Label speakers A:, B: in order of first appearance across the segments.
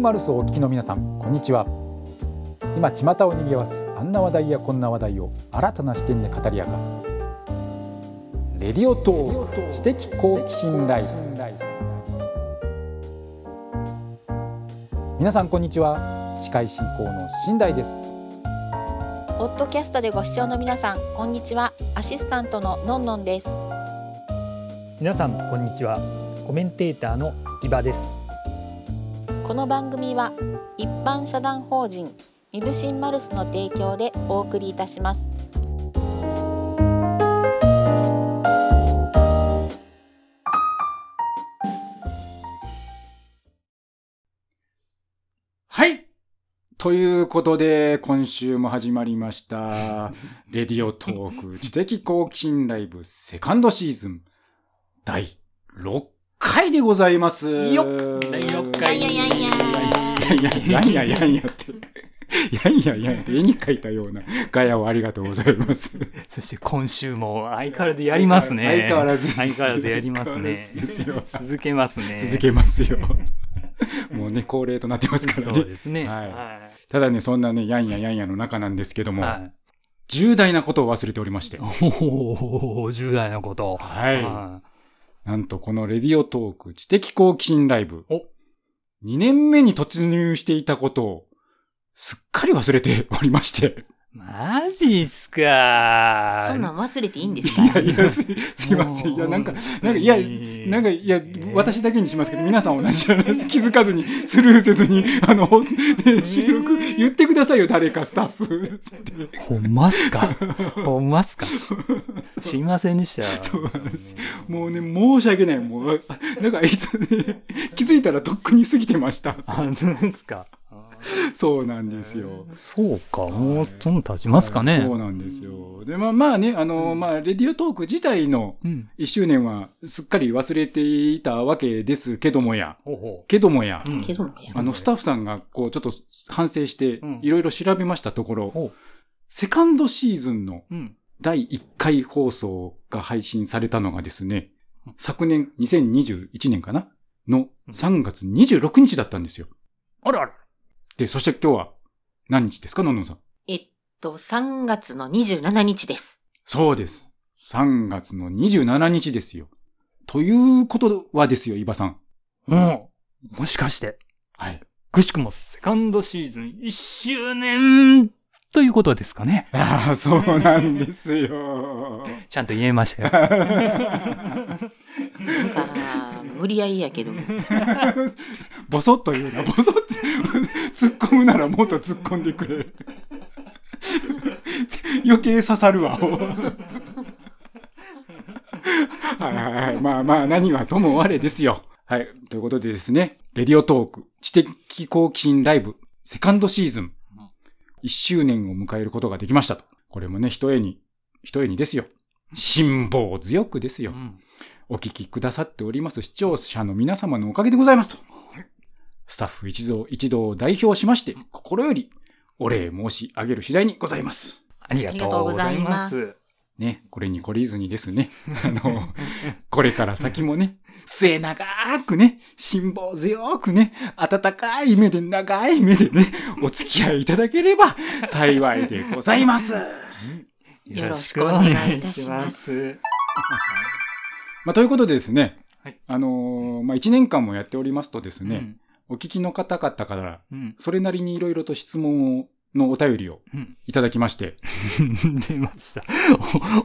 A: マルスをお聞きの皆さんこんにちは今巷を賑わすあんな話題やこんな話題を新たな視点で語り明かすレディオトーク知的好奇心ライブ皆さんこんにちは司会進行の新大です
B: ポッドキャストでご視聴の皆さんこんにちはアシスタントののんのんです
C: 皆さんこんにちはコメンテーターの伊庭です
B: この番組は一般社団法人ミブシンマルスの提供でお送りいたします
A: はいということで、今週も始まりました。レディオトーク知的好奇心ライブセカンドシーズン第6回でございます。
C: よっ第六回
B: やいやいや
A: いやいやいやいやいやって。いやいやいやって絵に描いたようなガヤをありがとうございます。
C: そして今週も相変わらずやりますね
A: 相変わらずです
C: 相変わらずやりますね
A: 相変わらずですよ
C: 続けますね
A: 続けますよ。もうね、恒例となってますから
C: そう
A: ね。
C: ですね
A: はい
C: は
A: ただね、そんなね、やんややんやの中なんですけど
C: い
A: も、
C: はい
A: 重大なことを忘れておりまして。
C: おお重大なこと
A: はい。
C: は
A: なんとこのレディオトーク知的好奇心ライブ。
C: お
A: 2年目に突入していたことを、すっかり忘れておりまして。
C: いマジっすか
B: そんなん忘れていいんです
A: い
B: か
A: やいや、すすいません。いや、なんか、なんか、いや、なんか、いや、私だけにしますけど、皆さん同じじゃないです。気づかずに、スルーせずに、あの、で収録、言ってくださいよ、誰か、スタッフ。
C: ほんまっすかほんまっすかすいませんでした
A: そうなんです。もうね、申し訳ない。もう、なんか、いつ、気づいたらとっくに過ぎてました。
C: あそうですか
A: そうなんですよ。
C: そうかもうそんな経ちますかね
A: そうなんですよ。で、まあ、まあね、あの、まあ、レディオトーク自体の
C: うん
A: 1周年は、すっかり忘れていたわけですけどもや、
C: ほうほ
A: けどもや、
C: ううん
B: けどもや
A: あの、スタッフさんが、こう、ちょっと反省して
C: うん、
A: いろいろ調べましたところ、
C: ほ
A: セカンドシーズンの
C: ううん
A: 第1回放送が配信されたのがですね、昨年、2021年かなの3月26日だったんですよ。
C: あらあら
A: で、そして今日は、何日ですか、のんのんさん。
B: えっと3月の27日です
A: そうです。3月の27日ですよ。ということはですよ、伊庭さん。
C: うん。もしかして、
A: はい。
C: くしくもセカンドシーズン1周年ということですかね。
A: ああ、そうなんです よ。
C: ちゃんと言えました よ。
B: だから無理やりやけど
A: ボソッと言うな、ボソッと。突っ込むならもっと突っ込んでくれ。 余計刺さるわ。はいはいはい。まあまあ、何はともあれですよ。はい。ということでですね、レディオトーク、知的好奇心ライブ、セカンドシーズン、1周年を迎えることができましたと。これもね、一重に、一重にですよ。辛抱強くですよ。お聞きくださっております視聴者の皆様のおかげでございますと。スタッフ一同一同を代表しまして、心よりお礼申し上げる次第にございます。
C: ありがとうございます。
B: ありがとうございます
A: ね、これに懲りずにです ね。あの、これから先もね、末長くね、辛抱強くね、温かい目で長い目でね、お付き合いいただければ幸いでございます。
B: よろしくお願いいたします
C: よろしくお願いいたし
A: まあ、ということでですね、
C: はい
A: あのーまあ、1年間もやっておりますとです
C: ます。
A: ね、お聞きの方々から
C: うん。
A: それなりにいろいろと質問をのお便りを
C: うん。
A: いただきまして、
C: うん。出ました。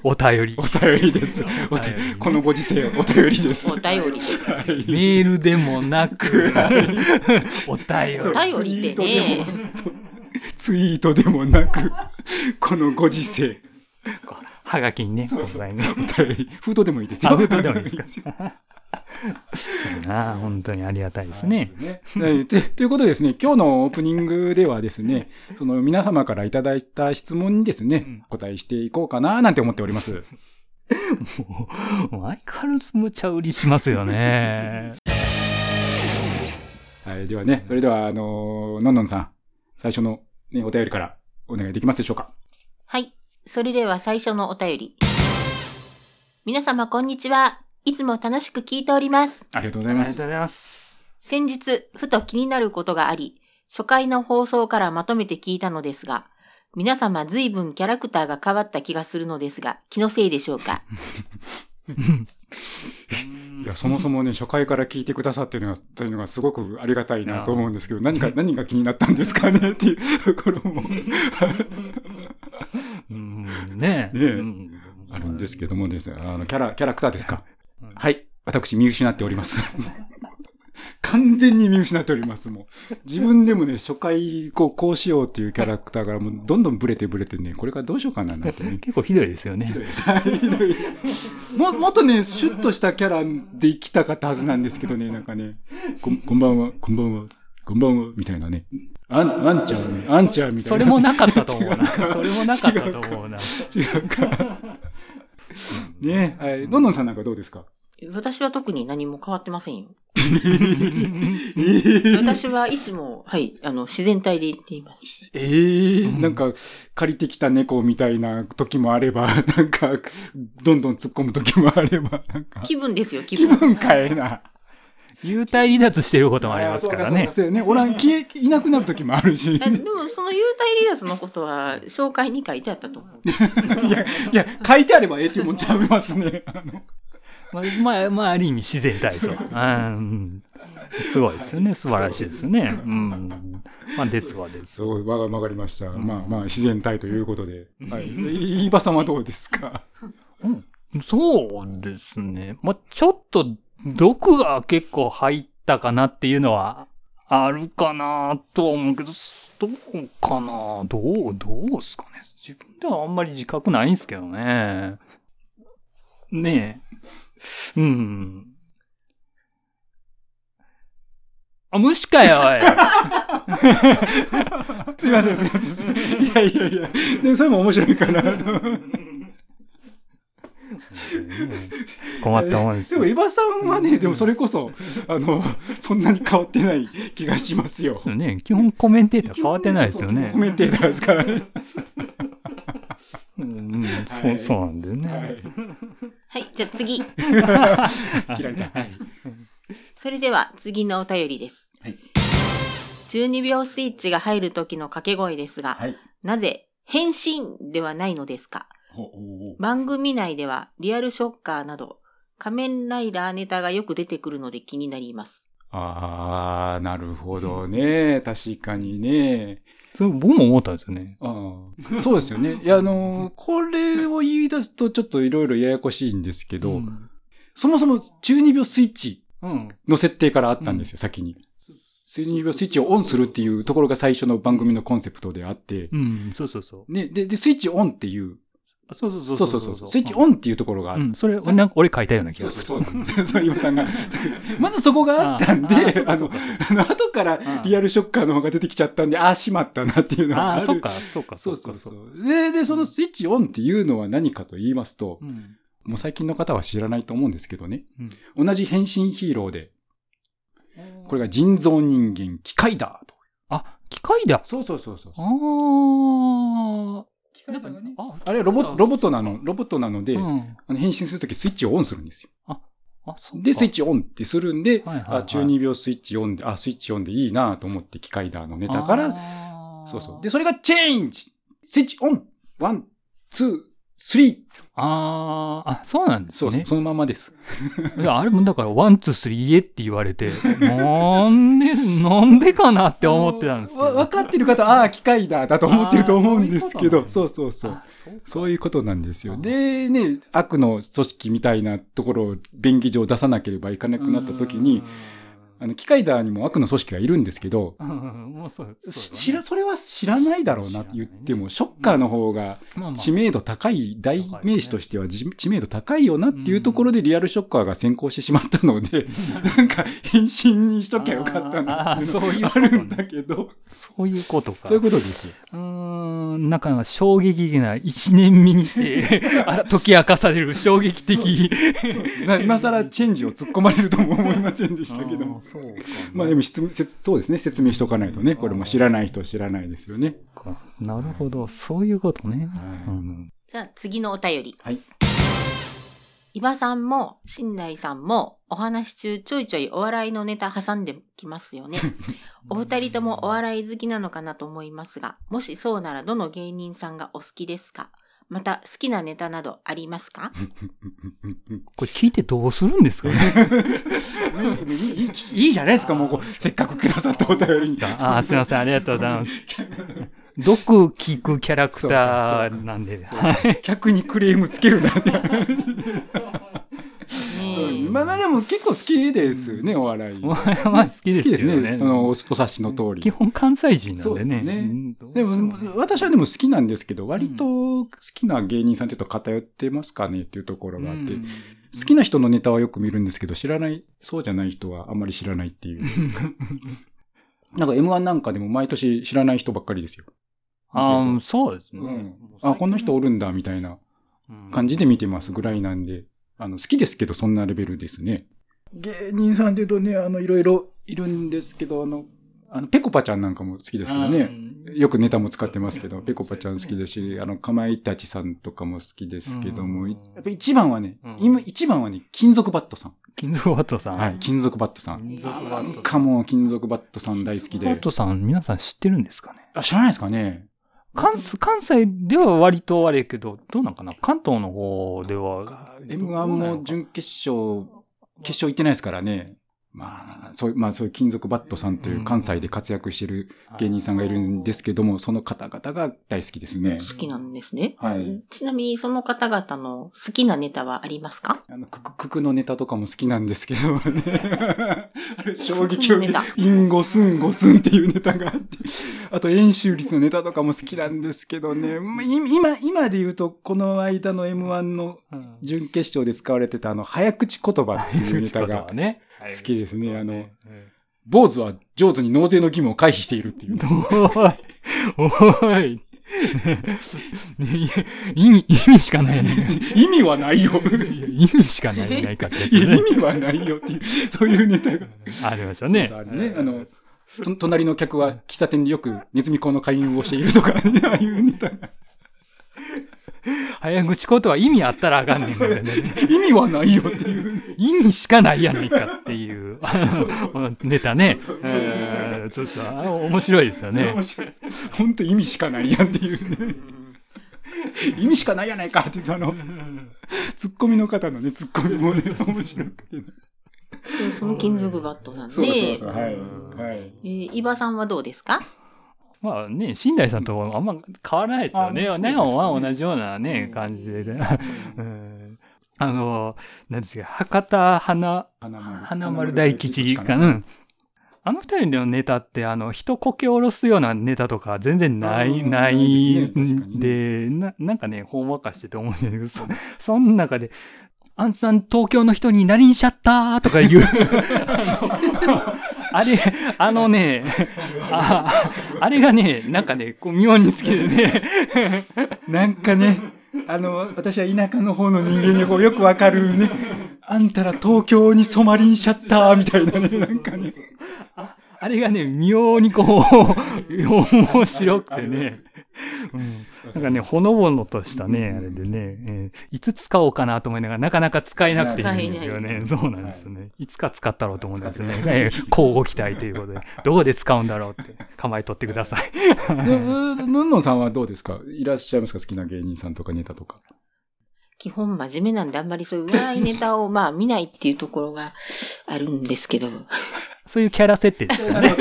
C: お、お便り
A: お。便りです。お
C: お
A: 便
C: 便り
A: りこのご時世、お便りです。
B: お便りで
A: はい
C: メールでもなく、お便り。
B: お便りってね
A: そうツイートでもなく、このご時世、
C: はがきにね、
A: そう
C: ご
A: そう
C: ざいます。
A: お便り、封筒でもいいですよ。。
C: あ、どうでもいいですかそうな、本当にありがたいですね。
A: ね。はいてということでですね、今日のオープニングではですね、その皆様からいただいた質問にですね、
C: うん
A: お答えしていこうかななんて思っております。
C: もうもう相変わらず無茶売りしますよね。
A: はい、ではね、それでは、あのーのんのんさん、最初の、ね、お便りからお願いできますでしょうか。
B: はい。それでは最初のお便り。皆様こんにちは。いつも楽しく聞いております。
A: ありがとうござ
C: あ
A: い
C: り
A: ま
C: がとうご
A: す。
C: ざいます。
B: 先日、ふと気になることがあり、初回の放送からまとめて聞いたのですが、皆様随分キャラクターが変わった気がするのですが、気のせいでしょ うか。
A: いや、そもそもね、初回から聞いてくださってるのが、というのがすごくありがたいなと思うんですけど、何か、何が気になったんですかねっていう ところも
C: うんねえ。
A: ねえ
C: うん
A: あるんですけどもですね、あの、キャラ、キャラクターですか
C: うん。
A: はい。私、見失っております。 完全に見失っております、もう。自分でもね、初回、こう、こうしようっていうキャラクターから、もう、どんどんブレてブレてね、これからどうしようかな、なんてね。
C: 結構ひどいですよね。
A: ひどいですも もっとね、シュッとしたキャラで生きたかったはずなんですけど ね、なんかね、こんこんばんは、こんばんは、こんばんは、みたいなね。あん、あんちゃん、あんちゃんみた
C: そ
A: い
C: れ
A: な。
C: もなかったと思うな。 それもなかったと思う な。
A: 違う か。ねえ、はい。どんどんさんなんかどうですか
B: 私は特に何も変わってませんよ。 私はいつも、はい、あの、自然体で言っています。
A: ええなんか、借りてきた猫みたいな時もあれば、 なんか、どんどん突っ込む時もあれば、なん か、
B: 気分ですよ、気
A: 気
B: 分。
A: 分変えな。
C: 幽体離脱してることもありますから
A: あ。そ
C: ね
A: うかそうかそうよね。おらん、消え、いなくなる時もあるし。
B: えでも、その幽体離脱のことは、紹介に書いてあったと思う。
A: いや、 いや、書いてあればええっていうもんちゃいますね。あの
C: まあ、まあ、まあ、ある意味自然体操。うんすごいですよね。素晴らしいですよね。うん。まあ、ですわですわ。
A: そう、わが曲がりました。まあまあ、自然体ということ で。はい。伊庭さんはどうです か
C: そうですね。まあ、ちょっと毒が結構入ったかなっていうのはあるかなとは思うけど、どうかなどう、どうすかね自分ではあんまり自覚ないんですけどね。ねえ。うん。あ、虫かよ、おい。
A: すいません、すいませんすいません。いやいやいや。でもそれも面白いか なと。
C: 困ったもんです
A: で
C: よ
A: も、伊庭さんはね、でもそれこそ、あの、そんなに変わってない気がしますよ。
C: ね、基本コメンテーター変わってないですよね
A: コ。メンテーターですからね。
C: うん、そ
A: は
C: う、
A: い
C: そうなんだよね。
A: はい。
B: はい、じゃあ次。
A: 切られた。はい。
B: それでは、次のお便りです。
A: はい
B: 12秒スイッチが入る時の掛け声ですが、
A: はい。
B: なぜ、返信ではないのですか
A: おおお
B: 番組内では、リアルショッカーなど、仮面ライダーネタがよく出てくるので気になります。
A: あー、なるほどね。確かにね。
C: それ僕も思ったんですよね。
A: ああそうですよね。いや、あのーこれを言い出すとちょっといろいろややこしいんですけど、
C: ん。
A: そもそも12秒スイッチ
C: うん。
A: の設定からあったんですよ、先に。12秒スイッチをオンするっていうところが最初の番組のコンセプトであって、
C: うん、そうそうそう。
A: ね、で、で、スイッチオンっていう、
C: あそうそう
A: そうそうそうスイッチオ
C: ン
A: ンっていうところがあ
C: う
A: っ
C: ん、それ、なんか俺書いたような気
A: そう
C: がす
A: そ
C: る。
A: うそう。そう、今さんが。 まずそこがあったん
C: ああそ
A: で
C: う、か
A: あ
C: そ
A: の
C: うか、
A: あの、後からリアルショッカーの方が出てきちゃったんで、ああ、しまったなっていうのがあ
C: ああ、
A: る。
C: そっか、そっか、
A: そ
C: そうっ
A: そ
C: か、
A: うそ。
C: そう
A: で、で、そのスイッチオンっていうのは何かと言いますと
C: う。、ん。
A: もう最近の方は知らないと思うんですけどね。
C: うん
A: 同じ変身ヒーローで、これが人造人間機械だと。
C: あ、機械だ。
A: そうそうそうそう
C: あ。あ。
A: 機
C: なんか、あ、
A: あれはロボロボットなの、ロボットなので、
C: うん。
A: あの変身するときスイッチをオンするんですよ。
C: あ、そっか。
A: で、スイッ
C: チ。
A: チオンってするんで、
C: はいはいはい
A: あ、12秒スイッチオンで、あ、スイッチオンでいいなと思って機械だのネタから、
C: ら
A: そうそう。で、、それがチェンジスイッチオンワン、ツー、スリー
C: あーあ、そうなんです
A: そう
C: ね
A: そう、。そのままです。
C: いや、あれもだから、ワン、ツー、スリー、言えって言われて、なんで、なんでかなって思ってたんですけ
A: わ
C: ど
A: 分。かってる方、ああ、機械だ、だと思ってると思うんですけ
C: あ
A: ど、
C: ー
A: そうそうそう。
C: あそう
A: そういうことなんですよ。
C: あ
A: で、ね、悪の組織みたいなところを便宜上出さなければいかなくなった時に、あの、機械だにも悪の組織はいるんですけど、
C: うん、うんもうそうそうだね
A: 知ら、それは知らないだろうなって言っても、ショッカーの方が
C: まあまあ
A: 知名度高い、代名詞としてはじ知名度高いよなっていうところでリアルショッカーが先行してしまったので、なんか変身にしときゃよかったなっていうの
C: あーあーそういう
A: が
C: こ
A: あ
C: とね
A: るんだけど、
C: そういうことか。
A: そういうことですよ。
C: うーん、なんか衝撃的な一年目 にして、あ解き明かされる衝撃的。
A: そうですね今更チェンジを突っ込まれるとも思いませんでしたけど
C: あ
A: も
C: ー。そうかな。
A: まあでも説明、説そうですね。説明しとかないとね。これも知らない人は知らないですよね。
C: かなるほど、そういうことね。
A: はい
C: うん
B: じゃあ次のお便り。
A: はい
B: 伊庭さんも、新内さんも、お話し中ちょいちょいお笑いのネタ挟んできます よね。お二人ともお笑い好きなのかなと思いますが、もしそうならどの芸人さんがお好きですかまた、好きなネタなどあります か
C: これ聞いてどうするんですか ね
A: いいいいじゃないですか、もうこう、せっかくくださったお便りに。
C: ああ、すいません。ありがとうございます。毒聞くキャラクターなんで。はい
A: 客にクレームつけるなんて。
B: ねえ
A: まあまあでも結構好きですね、お笑い。
C: お笑いは好きですけど
A: 好きです
C: ね
A: ね。あ。の、おお察しの通
C: 基
A: り。
C: 本関西人なんでね。
A: そうですね
C: うんどうして
A: で
C: もね
A: も、私はでも好きなんですけど、割と好きな芸人さんってちょっと偏ってますかねっていうところがあって、
C: うん
A: 好きな人のネタはよく見るんですけど、知らない、そうじゃない人はあんまり知らないっていう。 なんか M1 なんかでも毎年知らない人ばっかりですよ。
C: あ
A: 見
C: あ、
A: て
C: そうですね。
A: うんるとあ、こんな人おるんだ、みたいな感じで見てますぐらいなんで、あの、好きですけど、そんなレベルですね。芸人さんで言うとね、あの、いろいろいるんですけど、あの、あの、ぺこぱちゃんなんかも好きですからね。よくネタも使ってますけど、ぺこぱちゃん好きですし、あの、かまいたちさんとかも好きですけども、
C: うん
A: いやっぱ一番はね、
C: うん
A: 今、一番はね、金属バットさん。
C: 金属バットさん。
A: はい、金属バットさん。
C: 金属
A: な
C: バ
A: ん
C: ット
A: かもう、金属バットさん大好き
C: バッ
A: で。
C: トさん、皆さん知ってるんですかね
A: あ、知らないですかね
C: 関西関西では割とあれやけど、どうなんかな関東の方では。
A: M1 も準決勝、決勝行ってないですからね。まあ、そういう、まあそういう金属バットさんという関西で活躍してる芸人さんがいるんですけども、その方々が大好きですね。
B: 好きなんですね。
A: はい
B: ちなみに、その方々の好きなネタはありますか
A: あの、クク、ククのネタとかも好きなんですけどね。 あれ、衝撃を
B: ククのネタ
A: インゴスンゴスンっていうネタがあって。あと、演習率のネタとかも好きなんですけどね。まあい今、今で言うと、この間の M1 の
C: うん
A: 準決勝で使われてたあの、早口言葉っていうネタが
C: はね。
A: 好きですね。あの、
C: うん
A: 坊主は上手に納税の義務を回避しているっていう。
C: おい、おい。 ね意味、意味しかないね。
A: 意味はないよ。
C: いや意味しかないないかってやつ
A: いや
C: ね
A: 意。味はないよっていう、そういうネタが。
C: ありましたね。
A: そうそうあるねあのと隣の客は喫茶店でよくネズミ講の勧誘をしているとか、ね、ああいうネタが。
C: 早口言葉意味あったらあかんねんからね。
A: 意味はないよっていう。
C: 意味しかないやないかっていうネタね。えーそうそう。あの面白いですよね
A: 面。白いです 本当意味しかないやんっていうね。意味しかないやないかって、その、ツッコミの方のね、ツッコミもね、面白くてね。
B: その金属バットさんで、
A: そうそうそう、
B: え
A: はい。はい。
B: ー伊庭さんはどうですか
C: まあね、新大さんとあんま変わらないですよね。
A: あそうですね
C: ネオンは同じようなね、感じでね。 うんあの、何ですか、博多花、
A: 花
C: 花丸大吉かな。うんあの二人のネタって、あの、人こけ下ろすようなネタとか全然な
A: あ
C: い、
A: ー
C: な
A: ない
C: い
A: ですね確か
C: ん
A: に
C: で、ななんかね、ほんわかしてて面白いけど、そそん中で、あんさん東京の人になりんしちゃったーとか言う。あのあれ、 あのね、ああれがね、なんかね、こう妙に好きでね、
A: なんかね、あの、私は田舎の方の人間にこうよくわかるね、あんたら東京に染まりんしちゃった、みたいなね、なんかね。
C: あれがね、妙にこう、面白くてね。うん、なんかね、ほのぼのとしたね、あれでね、えーいつ使おうかなと思いながら、なかなか使えなくていいんですよね。そうなんですよね。いつか使ったろうと思うんですよね。
A: 使
C: えー交互期待ということで、どこで使うんだろうって、構えとってください。
A: でのんのんさんはどうですかいらっしゃいますか好きな芸人さんとかネタとか。
B: 基本真面目なんであんまりそういう笑いネタをまあ見ないっていうところがあるんですけど。
C: そういうキャラ設定ですよね。 そ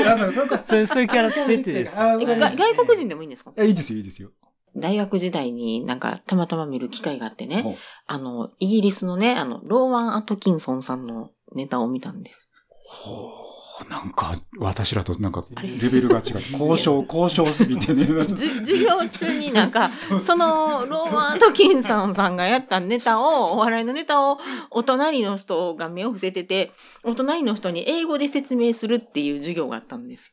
C: ういうそういうキャラ設定です。
A: あ
B: えが外国人でもいいんですか
A: いいですよ、いいですよ。
B: 大学時代になんかたまたま見る機会があってね、あの、イギリスのね、あの、ローワン・アトキンソンさんのネタを見たんです。
A: ほう、なんか、私らとなんか、レベルが違 う。交渉、交渉すぎてね。
B: じ授業中になんか、 その、ローマン・トキンソンさんがやったネタを、お笑いのネタを、お隣の人が目を伏せてて、お隣の人に英語で説明するっていう授業があったんです。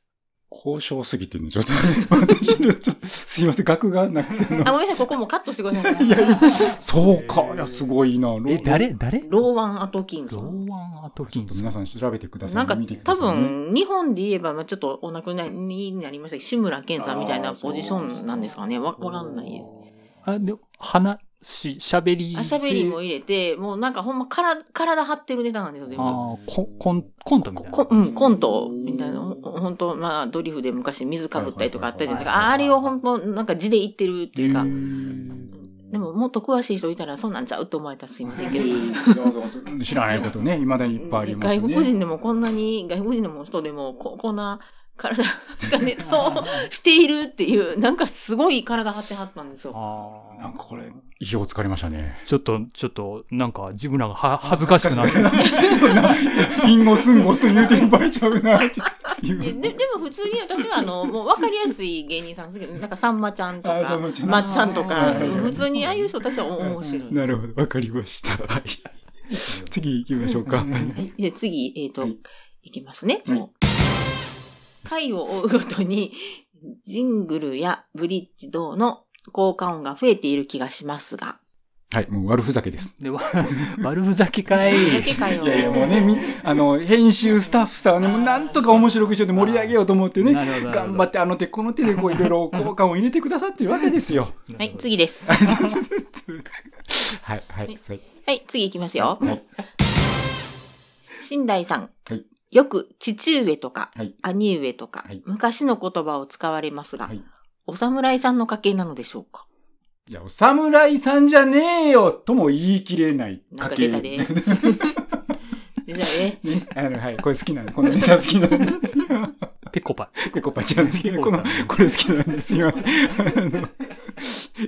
A: 交渉すぎてね、ちょっと、私らちょっと、すいません、額がなくて。
B: あ、ごめんなさい、ここもカットしてください。
A: そうか、いや、すごいな。
C: え、誰誰
B: ローワン・アトキンソ
C: ロ
B: ン。
C: ーワン・アトキンソン。
A: 皆さん調べてください。
B: なんか
A: 見てく、
B: 多
A: ださいね
B: 分、日本で言えば、まあちょっとお亡くなりになりましたけど志村けんさんみたいなポジションなんですかね。わ、わかんないです。
C: あ、で、花、し、喋りで。
B: あしゃべりも入れて、もうなんかほんまから体張ってるネタなんですよ、全部。
C: ああ、コンコンコントみたいな。
B: こうん、コントみたいな、ほほんと、まあ、ドリフで昔水かぶったりとかあったじゃないですか。ああ
C: はいはい
B: れ
C: はい
B: を
C: はい
B: ほんと、なんか字で言ってるっていうか
A: へ。ー
B: でも、もっと詳しい人いたら、そうなんちゃうと思われたらすいませんけ ど。
A: 知らないことね、未だにいっぱいありますね。
B: 外国人でもこんなに、外国人でも人でもこ、こんな体がネタをしているっていう、なんかすごい体張ってはったんですよ。
C: あ
A: なん
C: あ。
A: かこれ、意表をつかれましたね。
C: ちょっと、ちょっと、なんか自分らがは恥ずかしくなる。
A: インゴスンゴスン言うてる場合ちゃうな ってい
B: いやで
A: う。
B: でも普通に私はあの、もう分かりやすい芸人さんですけど、なんかさんまちゃんと
A: あさ
B: か
A: んまちゃ、ん
B: まっちゃんと
A: は
B: か、
A: いはいはい
B: 普通にああいう人たちは面白い。
A: なるほど、わかりました。はい。 次行きましょうか。
B: で、次、えっ、と、
A: はい
B: い、きますね。
A: はい
B: もう回を追うごとに、ジングルやブリッジ等の効果音が増えている気がしますが。
A: はい、もう悪ふざけです。
C: で、わ 悪ふざけかい。
B: だけかよ。
A: いやいや、もうね、み、あの、編集スタッフさんはね、もうなんとか面白くしようと盛り上げようと思ってね、
C: なるほど。
A: 頑張ってあの手この手でこういろいろ交換を入れてくださってるわけです よ。
C: て。
B: はい、次 です。
A: はい、はい、はい。
B: はい、次行きますよ。
A: はい
B: 新大さん。
A: はい
B: よく、父上とか、
A: はい
B: 兄上とか、
A: はい
B: 昔の言葉を使われますが、
A: はい
B: お侍さんの家系なのでしょうか
A: いや、お侍さんじゃねえよとも言い切れない
B: なん
A: 家系。
B: か出た で。出たで。
A: ねあの、はい、これ好きなんこのネタ好きなんですよ。
C: ペコパ。
A: ペコパちゃん好きな、この、これ好きなんです。すいません。あの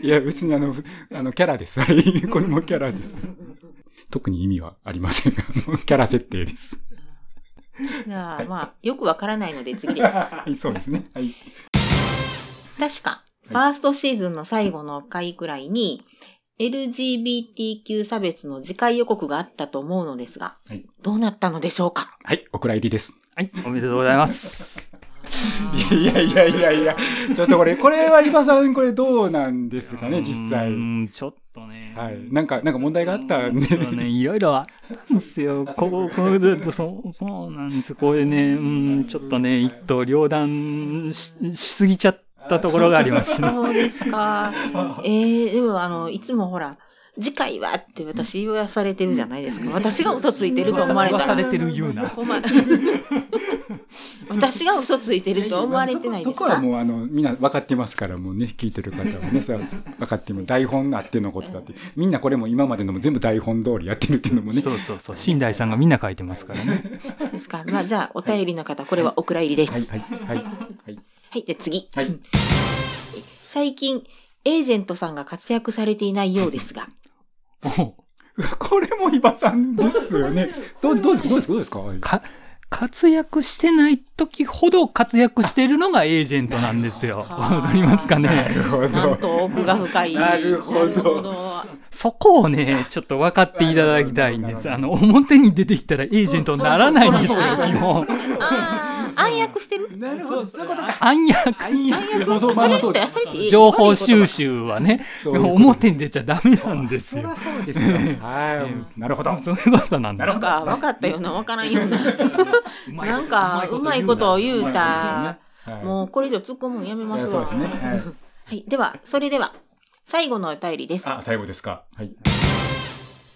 A: いや、別にあの、ふあの、キャラです。はい。これもキャラです。特に意味はありません。あのキャラ設定です。
B: じゃあ、まあ、よくわからないので次です。
A: はい、そうですね。はい。
B: 確か、ファーストシーズンの最後の回くらいに、LGBTQ 差別の次回予告があったと思うのですが、
A: はい
B: どうなったのでしょうか
A: はい、お蔵入りです。
C: はい、おめでとうございます。
A: いやいやいやいや、ちょっとこれ、これはリバさん、これどうなんですかね、実際
C: う。ーん、ちょっとね。
A: はい。なんか、なんか問題があったんで
C: ち。ょっとね、いろいろあったんですよ。ここ、こうずっと、そう、そうなんです。これね、うん、ちょっとね、一刀両断ししすぎちゃったところがありましたね。
B: そうです か。えー、でもあの、いつもほら、次回はって私言わされてるじゃないですか。私が嘘つ いてると思われた
C: 言さ
B: ら
C: れ。てる言うな。
B: お前私が嘘ついてると思われてないです
A: そこは
B: か
A: もうあのみんな分かってますからもうね聞いてる方はねそれは分かっても台本あってのことだってみんなこれも今までのも全部台本通りやってるっていうの もね
C: そうそうそう。新大さんがみんな書いてますからね。
B: ですか。まあ、じゃあ、お便りの方、これはお蔵入りです。
A: はいはいはいはい
B: はい、じゃあ次。
A: はい
B: 最近、エージェントさんが活躍されていないようですが、
C: お
A: これも伊庭さんですよ ねどうどうですどうですかどうですかはい
C: か活躍してない時ほど活躍してるのがエージェントなんですよ。わかりますかね。
A: ほ
B: なんと奥が深い。
A: なるほど
B: なるほど
C: そこをね、ちょっと分かっていただきたいんです。あの、表に出てきたらエージェントにならないんですよ、
B: そうそうそうそう
C: 基本。
B: あー暗躍してる
A: なるほどそういうことか
C: 暗躍。
A: 暗
B: 暗躍
A: もうそうまあまあそ
B: そうれっ
A: で
B: て、それっていい
C: 情報収
B: 悪い
C: 集はね、
A: そういうことです
C: 表に出ちゃダメなんです
A: そり
C: よ
A: ゃ。そうですよはいなるほど
C: そういうことなんで
B: こと
C: す。
B: が分かったような、分からんよう な。なんか、うまいこ
C: を
B: と言うた。
A: はい
B: もうこれ以上突っ込むのやめま
A: いや
B: す
A: そう
B: わ。
A: ですねはい
B: はい。では、それでは、最後のお便りです。
A: あ最後ですかはい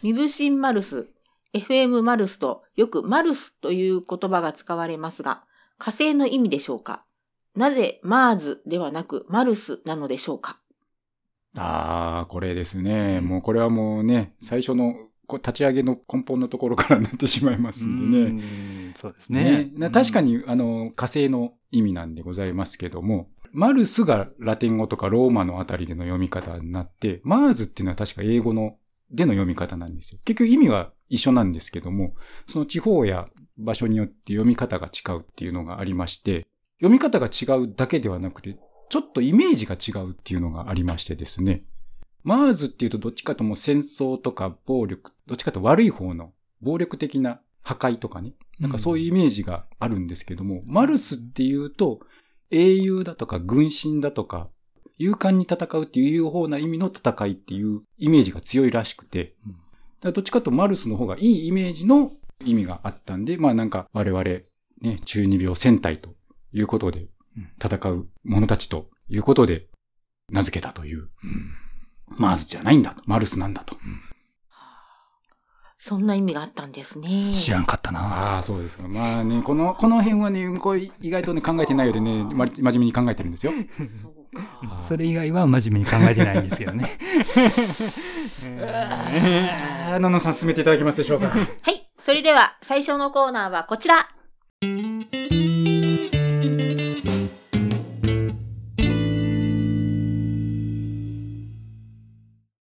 B: ミブシンマルス、FM マルスと、よくマルスという言葉が使われますが、火星の意味でしょうかなぜマーズではなくマルスなのでしょうか
A: ああ、これですね。もうこれはもうね、最初のこう立ち上げの根本のところからなってしまいますんでね。
C: うんそうですね。
A: な確か
C: に。
A: に、あの、火星の意味なんでございますけども、マルスがラテン語とかローマのあたりでの読み方になって、マーズっていうのは確か英語のでの読み方なんですよ。結局意味は一緒なんですけども、その地方や場所によって読み方が違うっていうのがありまして、読み方が違うだけではなくて、ちょっとイメージが違うっていうのがありましてですね。マーズっていうとどっちかともう戦争とか暴力、どっちかと悪い方の暴力的な破壊とかね。なんかそういうイメージがあるんですけども、マルスっていうと英雄だとか軍神だとか勇敢に戦うっていう方な意味の戦いっていうイメージが強いらしくて、
C: うん
A: だからどっちかというとマルスの方がいいイメージの意味があったんで、まあなんか我々ね、中二病戦隊ということで
C: うん
A: 戦う者たちということで名付けたという。マーズじゃないんだと。マルスなんだと。
B: そんな意味があったんですね。
C: 知らんかったな。
A: ああ、そうですか。まあね、この、この辺はね、こう意外とね、考えてないようでね、ま、真面目に考えてるんですよ。
B: そうか。
C: それ以外は真面目に考えてないんですけどね。
A: あー、ののさん進めていただけますでしょうか。
B: はい。それでは、最初のコーナーはこちら。